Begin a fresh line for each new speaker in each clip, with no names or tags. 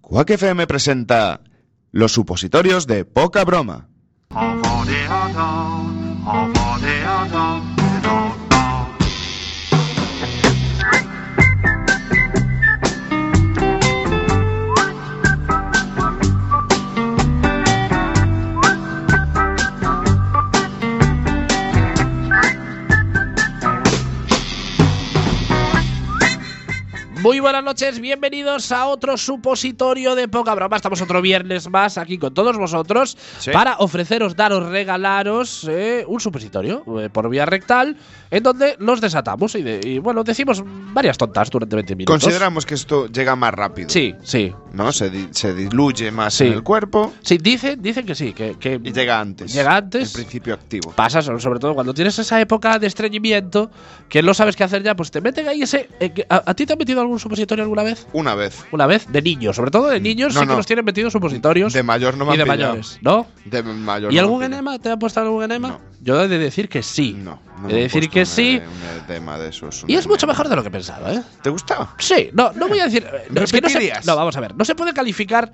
Quack FM presenta Los supositorios de poca broma.
Muy buenas noches, bienvenidos a otro supositorio de poca broma. Estamos otro viernes más aquí con todos vosotros
Sí.
para ofreceros, daros, regalaros eh, un supositorio eh, por vía rectal en donde nos desatamos y, de- y, bueno, decimos varias tontas durante 20 minutos.
Consideramos que esto llega más rápido.
Sí, sí.
¿No? Se, di- se diluye más
Sí.
en el cuerpo
Sí, dicen, dicen que sí, que, que
y llega antes.
Llega antes.
El principio activo.
pasa, so- sobre todo cuando tienes esa época de estreñimiento que no sabes qué hacer ya, pues te meten ahí ese... eh, que- ¿a, a ti te han metido algún supositorio alguna vez?
Una vez.
Una vez, de niños, sobre todo de niños,
Mm. No,
sí que
no.
nos tienen metidos supositorios.
De mayor no me
y
han
de
pillado.
mayores, ¿no?
De mayor no
¿Y
me
algún
han pillado.
enema? ¿Te han puesto algún enema?
No.
Yo he de decir que sí.
No. no
he
me
de
han
decir
puesto
que
un-
sí.
Un tema de esos. un
Y es mucho
tema.
mejor de lo que pensaba, ¿eh?
¿Te gustaba?
Sí, no, no voy a decir. eh, no, es que no, se,
¿Repetirías?
no, vamos a ver. No se puede calificar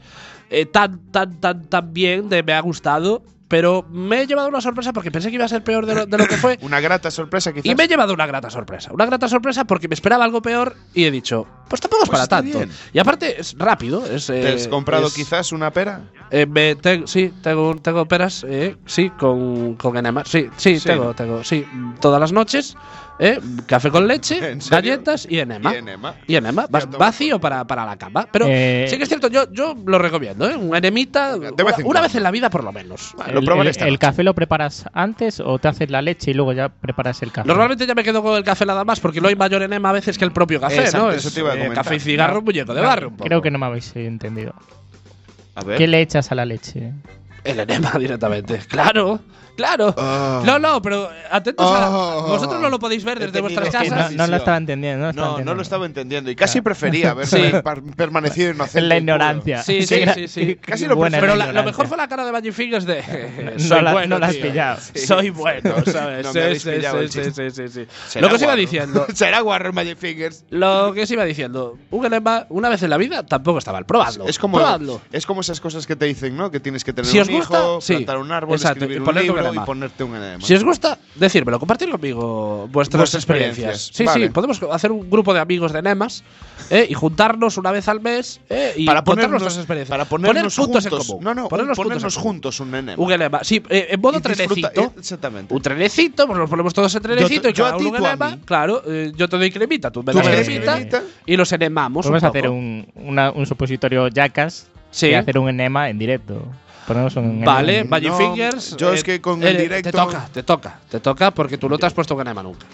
eh, tan, tan, tan, tan bien de me ha gustado, pero me he llevado una sorpresa porque pensé que iba a ser peor de lo, de lo que fue.
Una grata sorpresa quizás.
Y me he llevado una grata sorpresa. Una grata sorpresa porque me esperaba algo peor y he dicho, pues tampoco es
Pues
para
está
tanto.
bien.
Y aparte es rápido. Es,
¿Te has
eh,
comprado
es-
quizás una pera?
Eh, me- te- sí, tengo, un- tengo peras, eh, sí, con, con enema. Sí, sí,
Sí,
tengo,
¿no?
tengo, sí. mm, Todas las noches, eh, café con leche,
¿En serio?
galletas y enema.
Y enema.
Y enema, vas-
toma.
vacío para, para la cama. Pero
Eh,
sí que es cierto, yo, yo lo recomiendo, ¿eh? Un enemita,
De vez en
una, una
cuando.
vez en la vida por lo menos.
Vale, Ah, lo
El,
probaré
el-
esta
el
noche.
café lo preparas antes o te haces la leche y luego ya preparas el café?
Normalmente ya me quedo con el café nada más, porque no hay mayor enema a veces que el propio café,
Exacto,
¿no?
eso te iba a
eh,
comentar.
café y cigarro, un muñeco de barro. un
Creo
poco.
que no me habéis entendido.
A
¿Qué
ver.
le echas a la leche?
El enema directamente, claro, claro.
Ah.
No, no, pero eh, atentos a la-
Oh.
Vosotros no lo podéis ver
He
desde
tenido
vuestras
que-
Que no,
casas.
no lo estaba entendiendo. No, lo estaba
No, no
entendiendo.
lo estaba entendiendo. Y casi
Claro.
prefería haber
Sí.
par- permanecido inocente.
En la
y puro.
ignorancia.
Sí, sí,
Era-
sí, sí.
Casi lo
buena
Pero la-
la
lo
ignorancia.
mejor fue la cara de Magic Fingers de. eh,
No
soy
la-
bueno,
no la has
tío.
pillado.
Soy bueno, ¿sabes?
No me habéis
Sí,
pillado el
sí, sí,
chiste.
sí, sí, sí.
Será
Lo que os iba
guarro.
diciendo.
Será guarro Magic Fingers.
Lo que os iba diciendo. Un enema, una vez en la vida, tampoco está mal. Probadlo.
Es como,
Probadlo.
es como esas cosas que te dicen, ¿no? Que tienes que tener
Si
un
os gusta,
hijo,
sí.
plantar un árbol,
Exacto, y
escribir un
ponerte un
libro y
enema.
ponerte un enema.
Si os gusta, decírmelo, compartir conmigo vuestras,
Vuestras
experiencias.
experiencias,
Sí,
vale.
sí, podemos hacer un grupo de amigos de enemas eh, y juntarnos una vez al mes eh, y
para
contar
ponernos,
nuestras experiencias.
para ponernos
Poner
juntos,
puntos en común.
No, no,
ponernos,
ponernos,
puntos en común.
juntos un enema.
Un enema. Sí, eh, en modo
Y disfruta-
trenecito.
Exactamente.
Un trenecito, pues nos ponemos todos en trenecito
Yo te-
y cada
yo a ti,
uno un
tú a
enema.
mí.
Claro, eh, yo te doy cremita, tú me
Tú
das
me das
cremita,
cremita.
y los enemamos.
Podemos
un
hacer
poco.
un, una- un supositorio yacas
Sí.
y hacer un enema en directo. Ponemos un enema
Vale,
en-
Magic
No,
Fingers. eh,
yo es que con el directo-
Te toca, te toca, te toca porque tú no te has puesto un enema nunca.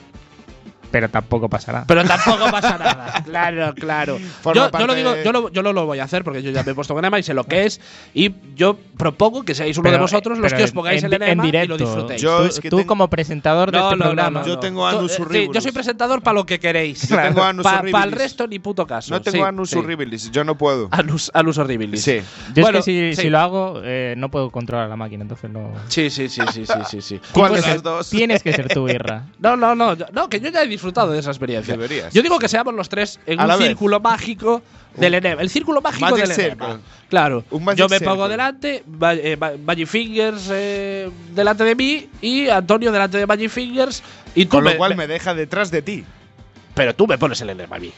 pero tampoco pasará.
Pero tampoco pasa nada. Claro, claro.
Forma
Yo, yo
parte
lo digo,
de-
yo, lo, yo no lo voy a hacer porque yo ya me he puesto un enema y sé lo que es. Y yo propongo que seáis uno de
Pero-
vosotros los
pero
que os
en-
pongáis
en,
el enema
en
y lo
directo.
disfrutéis.
Yo
tú
es que
tú
tengo-
como presentador de este programa.
no, Yo tengo
Tú-
anus
eh, sí, yo
horribilis.
soy presentador para lo que queréis.
Yo tengo anus
Para el
horribilis.
resto, ni puto caso.
No tengo
Sí,
anus
sí. Ah,
horribilis, yo no puedo.
Anus, anus horribilis.
Sí.
Yo
Bueno,
es que si,
sí.
si lo hago, eh, no puedo controlar la máquina, entonces no.
Sí, sí, sí, sí, sí, sí, sí.
¿Cuál de
Tienes que-
las dos?
Tienes que ser tú, Irra.
No, no, no, yo- no, que yo ya he disfrutado de esa experiencia.
Deberías.
Yo digo que seamos los tres en
A
un
la vez.
círculo mágico del enema. El círculo mágico
Magic
del enema.
circle.
Claro.
Un Magic
Yo me
circle.
pongo delante, Ma- eh, Ma- Magic Fingers eh, delante de mí y Antonio delante de Magic Fingers. Y tú
Con
me-
lo cual
me-
me deja detrás de ti.
Pero tú me pones el enema a mí.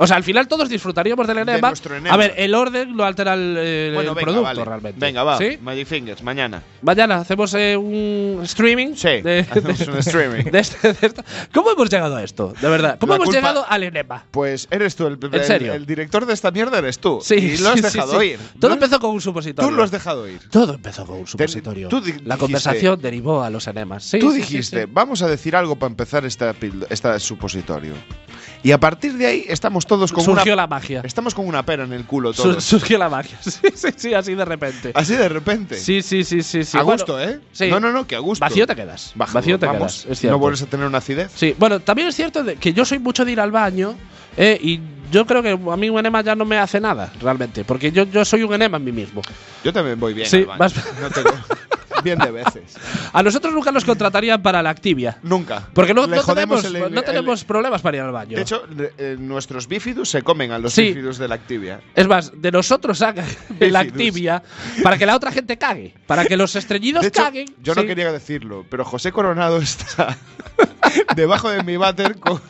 O sea, al final todos disfrutaríamos del enema.
nuestro enema.
A ver, el orden lo altera el, eh, el
venga,
producto
vale.
realmente.
Venga, va.
¿Sí?
Magic Fingers, mañana.
Mañana hacemos eh, un streaming.
Sí,
de-
hacemos un streaming.
de este- de esta- ¿Cómo hemos llegado a esto? De verdad. ¿Cómo
La
hemos
culpa-
llegado al enema?
Pues eres tú, el, el-
serio?
el director de esta mierda eres tú.
Sí,
y lo has
sí, sí,
dejado
sí.
ir.
Todo
No-
empezó con un supositorio.
Tú lo has dejado ir.
Todo empezó con un supositorio.
tú di- dijiste-
la conversación derivó a los enemas. Sí,
Tú
sí, sí,
dijiste,
sí.
vamos a decir algo para empezar esta, pil- esta supositorio. Y a partir de ahí estamos todos con
Surgió
una
la magia.
estamos con una pera en el culo
Sur-
todos.
surgió la magia. Sí, sí, sí, así de repente.
Así de repente.
Sí, sí, sí, sí. sí.
a
Bueno,
gusto, ¿eh?
sí.
No, no, no, que a gusto.
Vacío te quedas.
Baja,
vacío te
vamos.
quedas. Es cierto.
No vuelves a tener una acidez.
Sí, bueno, también es cierto de- que yo soy mucho de ir al baño eh, y yo creo que a mí un enema ya no me hace nada, realmente, porque yo, yo soy un enema en mí mismo.
Yo también voy bien.
Sí,
al baño.
vas-
No tengo- bien de veces.
A nosotros nunca nos contratarían para la activia.
Nunca.
Porque no,
Le
no
jodemos
tenemos,
el-
no
el-
tenemos problemas para ir al baño.
De hecho, re- eh, nuestros bífidus se comen a los
Sí.
bífidus de la activia.
es más, de nosotros sacan de la
Virus.
activia para que la otra gente cague. Para que los estreñidos
De hecho,
caguen.
yo
sí.
no quería decirlo, pero José Coronado está debajo de mi váter con,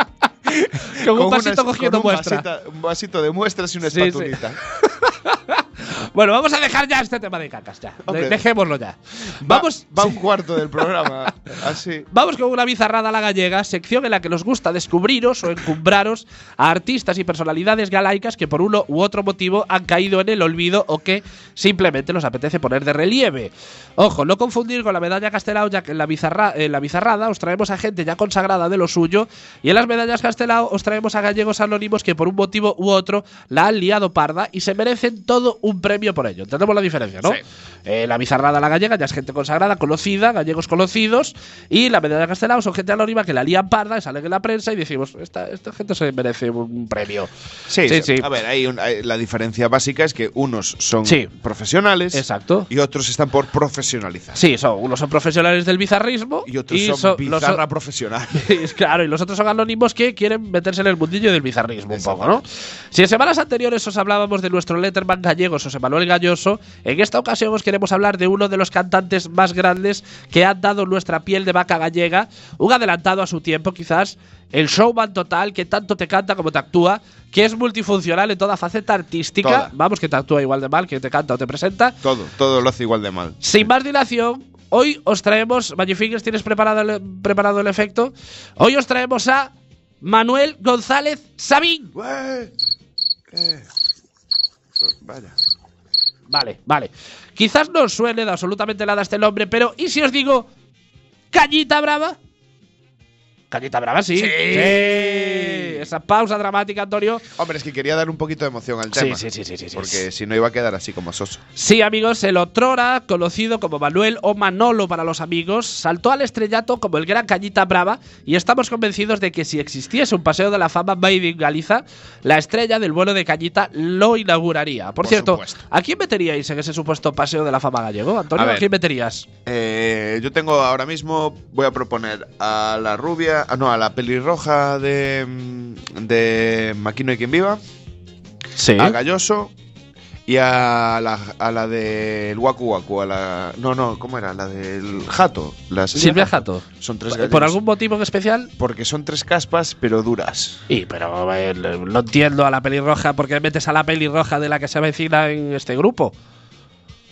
Con un
una-
vasito cogiendo
un
muestra.
vasita- un vasito de muestras y una
Sí, sí.
espatulita.
Bueno, vamos a dejar ya este tema de cacas ya. De-
Ok.
dejémoslo ya.
Va-
Vamos,
Va, un cuarto del programa. Así.
Vamos con una bizarrada a la gallega, sección en la que nos gusta descubriros o encumbraros a artistas y personalidades galaicas que por uno u otro motivo han caído en el olvido o que simplemente nos apetece poner de relieve. Ojo, no confundir con la medalla Castelao, ya que en la, bizarra- en la bizarrada os traemos a gente ya consagrada de lo suyo y en las medallas Castelao os traemos a gallegos anónimos que por un motivo u otro la han liado parda y se merecen todo un premio por ello. Entendemos la diferencia, ¿no? Eh, la bizarrada la gallega ya es gente consagrada, conocida, gallegos conocidos, y la medalla Castelao son gente anónima que la lían parda, salen en la prensa y decimos, esta, esta gente se merece un premio.
Sí,
Sí,
sí.
sí.
A ver, hay un- hay- la diferencia básica es que unos son
Sí.
profesionales
Exacto.
y otros están por profesionalizar.
Sí, son, unos son profesionales del bizarrismo
Y otros son
los
bizarra profesional.
Es claro, y los otros son anónimos que quieren meterse en el mundillo del bizarrismo un
Exacto.
poco, ¿no? Si en semanas anteriores os hablábamos de nuestro letterman gallego José Manuel Galloso, en esta ocasión os queremos hablar de uno de los cantantes más grandes que han dado nuestra piel de vaca gallega, un adelantado a su tiempo quizás, el showman total que tanto te canta como te actúa, que es multifuncional en toda faceta artística,
Toda.
vamos que te actúa igual de mal que te canta o te presenta,
Todo, todo lo hace igual de mal.
sin más dilación, hoy os traemos. Magifingers, ¿tienes preparado el, preparado el efecto? Hoy os traemos a Manuel González Sabín.
Ué, eh, Vaya.
Vale, vale. Quizás no os suene de absolutamente nada este nombre, pero ¿y si os digo Cañita Brava? Cañita Brava, sí. Sí. Esa pausa dramática, Antonio.
Hombre, es que quería dar un poquito de emoción al
Sí,
tema.
sí, sí, sí, sí, sí.
Porque si no iba a quedar así como soso.
Sí, amigos, el Otrora, conocido como Manuel o Manolo para los amigos, saltó al estrellato como el gran Cañita Brava y estamos convencidos de que si existiese un paseo de la fama Made in Galiza, la estrella del vuelo de Cañita lo inauguraría. Por,
Por
cierto,
supuesto.
¿a quién meteríais en ese supuesto paseo de la fama gallego, Antonio?
A
¿A,
ver.
quién meterías?
Eh, yo tengo ahora mismo, voy a proponer a la rubia, ah, no, a la pelirroja de, mm, de Maquino y quien viva,
Sí.
a Galloso y a la, a la del Waku Waku, a la... No, no, ¿cómo era? La del Jato. La
Silvia Jato.
Son tres gallegos.
¿Por algún motivo en especial?
Porque son tres caspas, pero duras.
Y, pero eh, no entiendo a la pelirroja, ¿por qué metes a la pelirroja de la que se avecina en este grupo?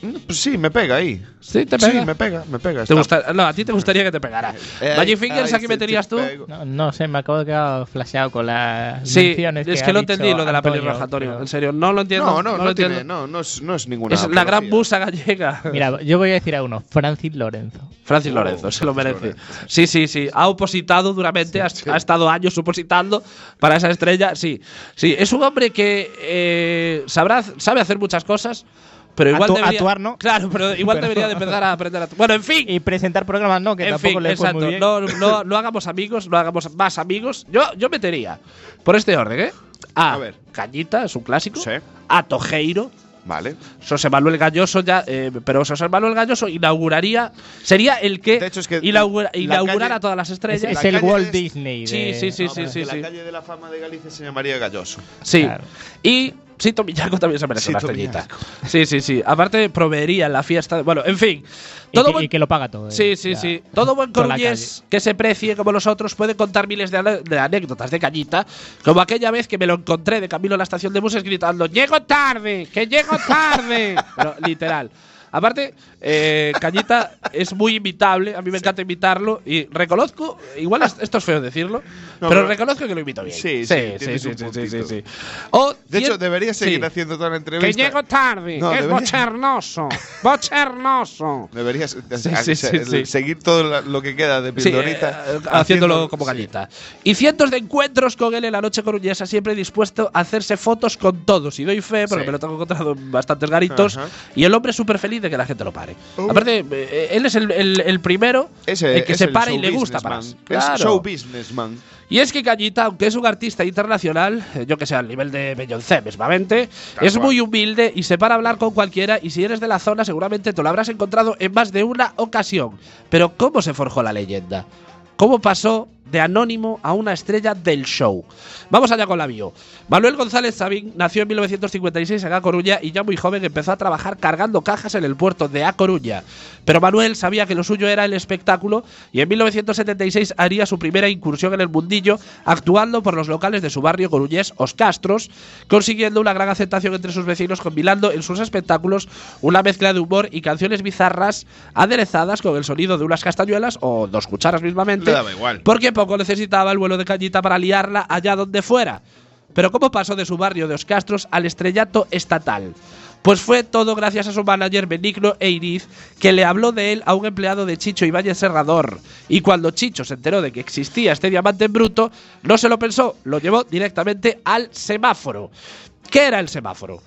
Mm, Pues sí, me pega ahí.
Sí, te
Sí,
pega?
me pega, me pega.
Te
está-
gusta- no, a ti te gustaría que te pegara.
Eh,
Magic
ay,
Fingers,
ay,
¿a qué
te-
meterías
te
tú?
pego.
No, no sé, me acabo de quedar flasheado con las
Sí,
menciones
es
ha
que no
dicho
entendí lo de la
Antonio,
pelirroja, Antonio.
pero-
En serio, no lo entiendo.
No, no,
lo
no, tiene,
entiendo.
no, no es, no es ninguna.
Es la gran
apología.
busa gallega.
Mira, yo voy a decir a uno, Francis Lorenzo.
Francis
Oh,
Lorenzo, se lo
Francis
merece. Sí, sí, sí. Ha opositado duramente, ha, ha estado años opositando para esa estrella. Sí, sí. Es un hombre que eh, sabrá, sabe hacer muchas cosas, pero igual
Actu-
debería.
actuar, ¿no?
Claro, pero igual
Pero-
debería de empezar a aprender a. actuar. Bueno, en fin.
Y presentar programas, no, que
en
tampoco
fin,
le fue
exacto.
muy bien.
No, no, no hagamos amigos, no hagamos más amigos. Yo, yo metería, por este orden, ¿eh? A,
A ver.
Cañita, es un clásico.
Sí.
A Tojeiro.
Vale.
José Manuel Galloso ya, eh, pero José Manuel Galloso inauguraría, sería el que,
De hecho, es que
inaugura-
la
inaugurar
calle-
a todas las
es,
estrellas.
es
La
el
calle
Walt
es-
Disney. de-
Sí, sí, sí,
No, pero
sí,
es
sí,
que La
sí.
calle de la fama de Galicia se llamaría Galloso.
Sí.
Claro.
Y Sito Miñaco también se merece una
Sito
estrellita. Sí, sí, sí. Aparte proveería en la fiesta. Bueno, en fin.
Y,
Todo
que,
buen-
y que lo paga todo. eh,
Sí, sí,
ya.
sí. Todo buen
Por la
coruñés que se precie como nosotros puede contar miles de, ane- de anécdotas de cañita, como aquella vez que me lo encontré de camino a la estación de buses gritando ¡Llego tarde! ¡Que llego tarde! Pero, literal. Aparte, eh, Cañita es muy imitable, a mí me encanta imitarlo y reconozco, igual es- esto es feo decirlo, pero,
pero-
reconozco que lo imito bien.
Sí, sí,
sí,
tienes
sí,
un
sí, sí, sí,
puntito.
sí. O
De
cien-
hecho, debería seguir
sí.
haciendo toda la entrevista.
Que llego tarde,
No,
que es
debería-
bochernoso, bochernoso.
Deberías
Sí,
a-
sí,
se-
sí, sí.
seguir todo la- lo que queda de
Sí,
Pildorita.
eh, haciéndolo
haciendo-
como
sí.
gallita. Y cientos de encuentros con él en la noche coruñesa, siempre dispuesto a hacerse fotos con todos. Y doy fe, porque
Sí.
me lo tengo encontrado en bastantes garitos.
Ajá.
Y el hombre es súper feliz de que la gente lo pare.
Oh.
Aparte, eh, él es el, el- el primero
Ese
el que
es
se para y
show
le gusta
businessman.
pararse. Claro.
Es show businessman.
Y es que Cañita, aunque es un artista internacional, eh, yo que sé, al nivel de Beyoncé mismamente,
Tal
es
cual.
muy humilde y se para a hablar con cualquiera y si eres de la zona seguramente te lo habrás encontrado en más de una ocasión. Pero ¿cómo se forjó la leyenda? ¿Cómo pasó de anónimo a una estrella del show? Vamos allá con la bio. Manuel González Sabín nació en 1956 en A Coruña y ya muy joven empezó a trabajar cargando cajas en el puerto de A Coruña. Pero Manuel sabía que lo suyo era el espectáculo y en 1976 haría su primera incursión en el mundillo actuando por los locales de su barrio coruñés, Os Castros, consiguiendo una gran aceptación entre sus vecinos combinando en sus espectáculos una mezcla de humor y canciones bizarras aderezadas con el sonido de unas castañuelas o dos cucharas mismamente.
Le daba igual.
Porque poco necesitaba el vuelo de Cañita para liarla allá donde fuera. Pero ¿cómo pasó de su barrio de Os Castros al estrellato estatal? Pues fue todo gracias a su manager Benigno Eiriz, que le habló de él a un empleado de Chicho Ibáñez Serrador. Y cuando Chicho se enteró de que existía este diamante en bruto, no se lo pensó, lo llevó directamente al semáforo. ¿Qué era el semáforo?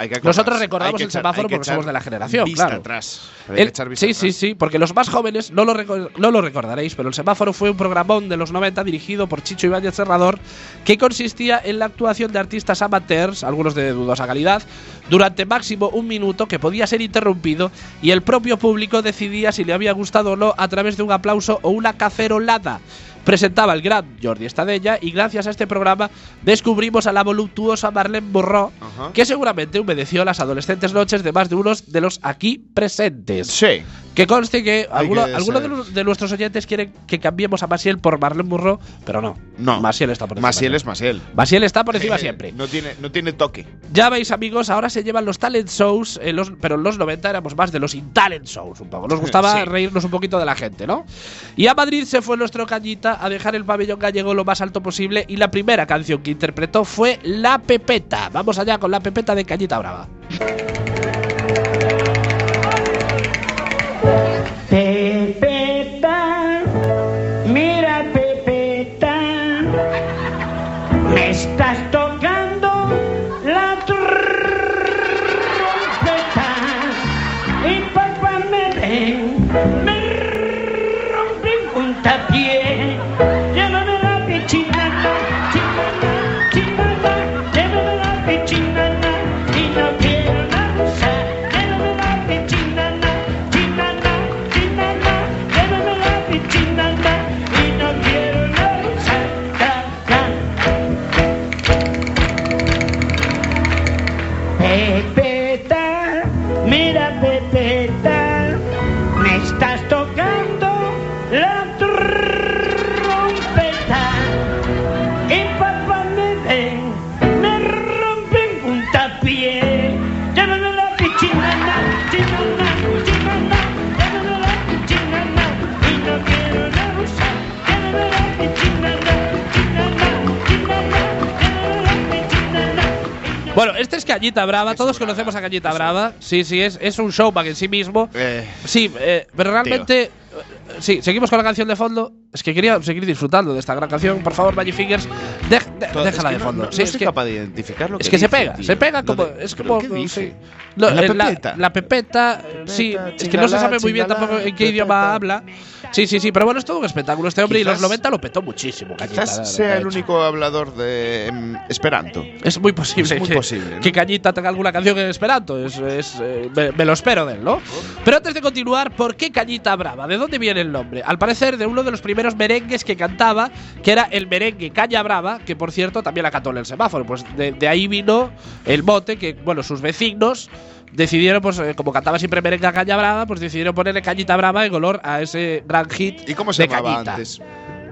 Hay que
Nosotros
acordarse.
recordamos
Hay que
el
echar-
semáforo
hay que
porque somos
echar
de la generación,
vista
claro.
atrás. Hay que
El-
echar vista
sí,
atrás.
sí, sí, porque los más jóvenes no lo, reco- no lo recordaréis, pero el semáforo fue un programón de los 90 dirigido por Chicho Ibáñez Serrador que consistía en la actuación de artistas amateurs, algunos de dudosa calidad, durante máximo un minuto que podía ser interrumpido y el propio público decidía si le había gustado o no a través de un aplauso o una cacerolada. Presentaba el gran Jordi Estadella y gracias a este programa descubrimos a la voluptuosa Marlene Borró,
Ajá.
que seguramente humedeció las adolescentes noches de más de unos de los aquí presentes.
Sí.
Que conste que alguno,
que
alguno de,
saber.
los- de nuestros oyentes quieren que cambiemos a Masiel por Marlon Burro, pero no.
No.
Masiel está por encima.
Masiel es Masiel.
Masiel está por encima
Eh,
siempre.
No tiene, no tiene toque.
Ya veis, amigos, ahora se llevan los talent shows, eh, los- pero en los 90 éramos más de los in-talent shows un poco. Nos gustaba
Sí.
reírnos un poquito de la gente, ¿no? Y a Madrid se fue nuestro Cañita a dejar el pabellón gallego lo más alto posible y la primera canción que interpretó fue La Pepeta. Vamos allá con La Pepeta de Cañita Brava.
Pepeta, mira Pepeta, me estás tocando la trompeta y papá me ven, me rompí un tapié, llévame la pechinata, chinana, chinana, llévame la pechinata y no quiero nada usar, llévame la pechinata, chinana, chinana, llévame la pechinata y no quiero nada usar, ta, ta. Pepeta, mira Pepeta, me estás tocando la trompeta. Y papá me ven, me rompen un tapié. Llévame la pichinana, chinana, chinana, llévame la pichinana. Y no quiero la rusa, llévame la pichinana, chinana, chinana, llévame la pichinana. y no-
Bueno, este es Cañita Brava, todos conocemos a Cañita Brava. Sí, sí, es, es un showman en sí mismo.
Eh,
Sí, eh, pero realmente. eh, Sí, seguimos con la canción de fondo. Es que quería seguir disfrutando de esta gran canción. Por favor, Magic Fingers, dej- de-
todo-
déjala
es que
de
no-
fondo.
No,
Sí,
no
es
soy
que,
capaz de identificar lo que
es que se
dice,
pega,
tío.
se pega
Lo
como.
de-
es
¿pero
como.
qué
sí.
dice?
No, eh,
La
la, la pepeta.
pepeta.
sí.
Pepeta,
es que no se
chingalá,
sabe muy bien
chingalá,
tampoco en qué idioma
pepeta.
habla. Sí, sí, sí. Pero bueno, es todo un espectáculo. Este hombre y los
Quizás-
90 lo petó muchísimo. eh, Cañita, de
Quizás sea el
hecho.
único hablador de em, Esperanto.
Es muy posible,
Es muy
que,
posible, ¿no?
que Cañita tenga alguna canción en Esperanto. Es, es, eh, me, me lo espero de él, ¿no? Pero antes de continuar, ¿por qué Cañita Brava? ¿De dónde viene el nombre? Al parecer de uno de los primeros merengues que cantaba, que era el merengue Caña Brava, que por cierto también la cantó en el semáforo. Pues de, de ahí vino el bote que, bueno, sus vecinos decidieron, pues eh, como cantaba siempre merengue a Caña Brava, pues decidieron ponerle Cañita Brava en honor a ese gran hit
¿Y cómo se
de
llamaba
Cañita.
antes?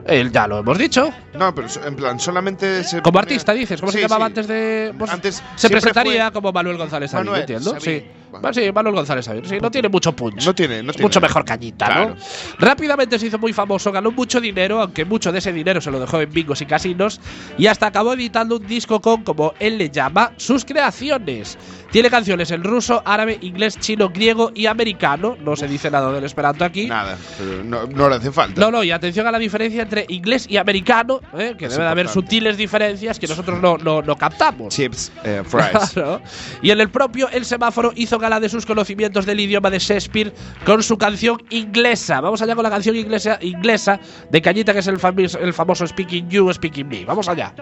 Eh, ya lo hemos dicho.
No, pero so- en plan, solamente se.
Como
ponía-
artista, dices. ¿Cómo se
Sí,
llamaba
sí.
antes de.? pues,
Antes
se
siempre
presentaría
fue-
como Manuel González Sabin,
Manuel
entiendo.
Sabin.
Sí.
Bueno.
Bueno, sí, Manuel González Sabin. Sí, no tiene mucho punch.
No tiene, no
Es
tiene.
mucho mejor cañita,
Claro.
¿no? Rápidamente se hizo muy famoso, ganó mucho dinero, aunque mucho de ese dinero se lo dejó en bingos y casinos, y hasta acabó editando un disco con, como él le llama, sus creaciones. Tiene canciones en ruso, árabe, inglés, chino, griego y americano. No se dice nada del esperanto aquí.
Nada, pero no, no le hace falta.
No, no, y atención a la diferencia entre inglés y americano, ¿eh? que
Es
debe de haber
importante.
sutiles diferencias que nosotros no, no, no captamos.
Chips, eh, fries.
Claro. Y en el propio El Semáforo hizo hizo gala de sus conocimientos del idioma de Shakespeare con su canción inglesa. Vamos allá con la canción inglesa, inglesa de Cañita, que es el, famis- el famoso Speaking You, Speaking Me. Vamos allá.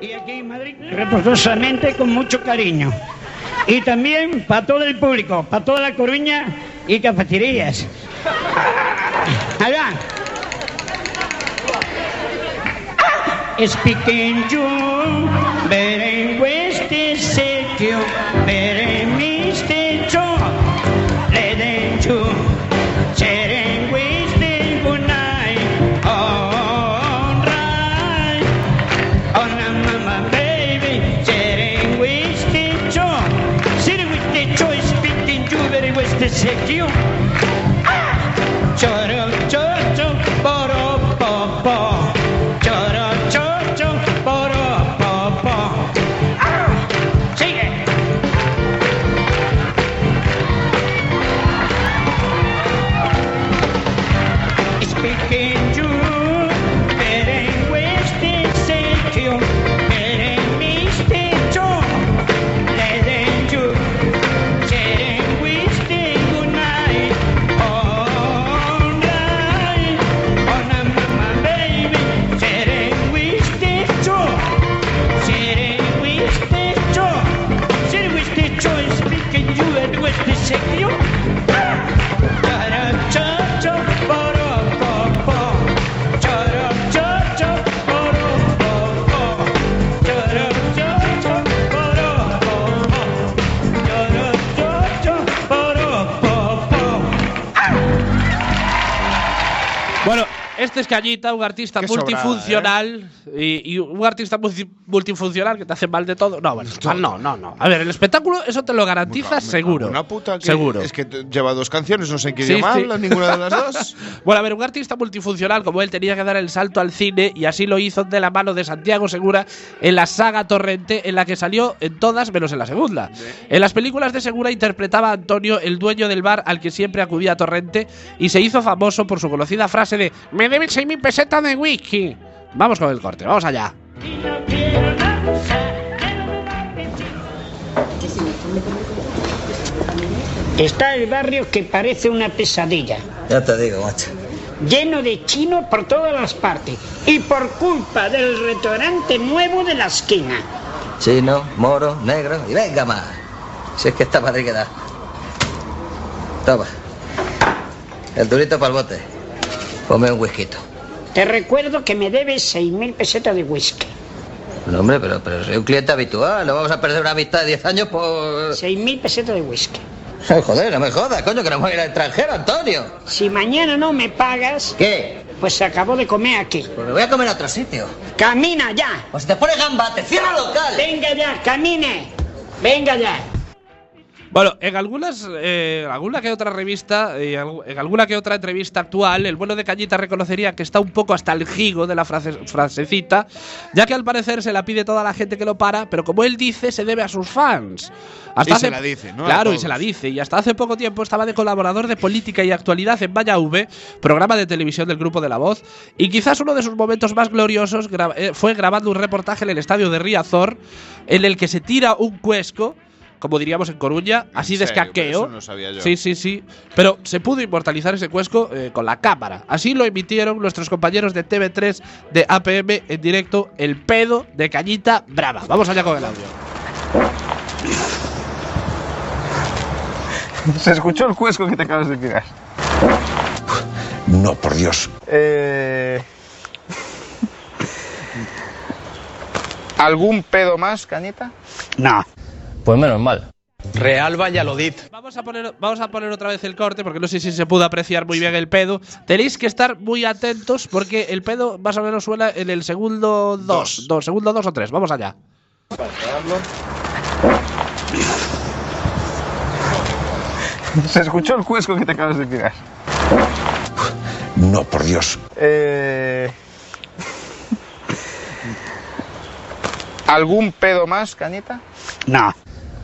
Y aquí en Madrid, repososamente, con mucho cariño. Y también para todo el público, para toda la Coruña y cafeterías. Allá. Speaking you, very west you, very mistake Leden you, sharing with the good night. All right. Oh, no, mama, baby, sharing with the joy. Sharing with the joy, speaking you, very west you. Choro, choro, poro, popo. Choro, choro, poro, popo. Ah, sigue. Speaking you, eres este sitio, eres mi sitio, eres you, eres este goodnight, all night, oh na mama baby, eres este yo. City with the joy. City with the joy. Speaking you and with the secure.
Bueno, este es Cañita, un artista
Qué sobrada, ¿eh?
multifuncional. Y, y un artista multi- multifuncional que te hace mal de todo. No, bueno, mal no, no, no. A ver, el espectáculo, eso te lo garantiza seguro.
Una puta que
seguro.
Es que t- lleva dos canciones, no sé en qué
Sí,
idioma
sí.
habla, ninguna de las dos.
Bueno, a ver, un artista multifuncional como él tenía que dar el salto al cine y así lo hizo de la mano de Santiago Segura en la saga Torrente, en la que salió en todas menos en la segunda. En las películas de Segura interpretaba a Antonio, el dueño del bar al que siempre acudía Torrente, y se hizo famoso por su conocida frase de Me deben 6.000 pesetas de whisky. Vamos con el corte, vamos allá.
Está el barrio que parece una pesadilla.
Ya te digo, macho.
lleno de chino por todas las partes y por culpa del restaurante nuevo de la esquina.
Chino, moro, negro y venga más. Si es que esta madre que da. Toma. El durito para el bote. Ponme un whisky.
Te recuerdo que me debes seis mil pesetas de whisky.
No, hombre, pero, pero soy un cliente habitual. No vamos a perder una amistad de 10 años por.
Seis mil pesetas de whisky.
Ay, joder, no me jodas, coño, que no voy a ir al extranjero, Antonio.
Si mañana no me pagas,
¿Qué?
pues se acabó de comer aquí.
Pues me voy a comer a otro sitio.
¡Camina ya!
O si te pones gamba, te cierro el local.
¡Venga ya, camine! ¡Venga ya!
Bueno, en algunas, eh, en alguna que otra revista, eh, algu- en alguna que otra entrevista actual, el bueno de Cañita reconocería que está un poco hasta el jigo de la frase- frasecita, ya que al parecer se la pide toda la gente que lo para, pero como él dice, se debe a sus fans.
Y se la dice, ¿no? A
Claro, y
todos.
se la dice. Y hasta hace poco tiempo estaba de colaborador de política y actualidad en Vaya V, programa de televisión del Grupo de la Voz, y quizás uno de sus momentos más gloriosos gra- eh, fue grabando un reportaje en el estadio de Riazor, en el que se tira un cuesco, como diríamos en Coruña, así de
serio? Pero
escaqueo.
eso no sabía yo.
Sí, sí, sí. Pero se pudo inmortalizar ese cuesco eh, con la cámara. Así lo emitieron nuestros compañeros de TV3 de APM en directo, el pedo de Cañita Brava. Vamos allá con el audio.
Se escuchó el cuesco que te acabas de tirar.
No, por Dios.
Eh... ¿Algún pedo más, Cañita?
No.
Pues menos mal.
Real Valladolid.
Vamos a, poner, vamos a poner otra vez el corte porque no sé si se pudo apreciar muy bien el pedo. Tenéis que estar muy atentos porque el pedo más o menos suena en el segundo 2. Segundo 2 o 3. Vamos allá.
Se escuchó el cuesco que te acabas de tirar.
No, por Dios.
Eh... ¿Algún pedo más, Cañita?
No.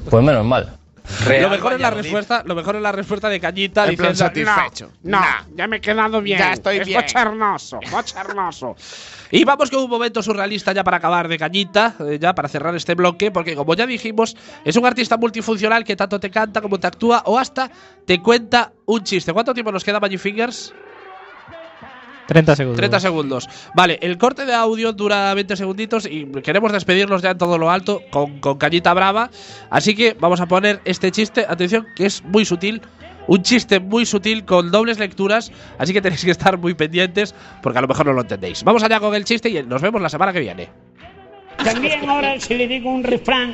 Pues menos mal.
Real
lo mejor es la
Valladolid.
respuesta, lo mejor es la respuesta de Cañita
En plan
diciendo
satisfecho.
No, no,
Nah.
ya me he quedado bien.
Ya estoy
es
bien".
bochornoso, bochornoso. Y vamos con un momento surrealista ya para acabar de Cañita, eh, ya para cerrar este bloque, porque como ya dijimos, es un artista multifuncional que tanto te canta como te actúa o hasta te cuenta un chiste. ¿Cuánto tiempo nos queda, Magic Fingers?
30 segundos.
30 segundos. Vale, el corte de audio dura 20 segunditos y queremos despedirnos ya en todo lo alto con, con Cañita Brava. Así que vamos a poner este chiste, atención, que es muy sutil. Un chiste muy sutil con dobles lecturas, así que tenéis que estar muy pendientes porque a lo mejor no lo entendéis. Vamos allá con el chiste y nos vemos la semana que viene.
También ahora si le digo un refrán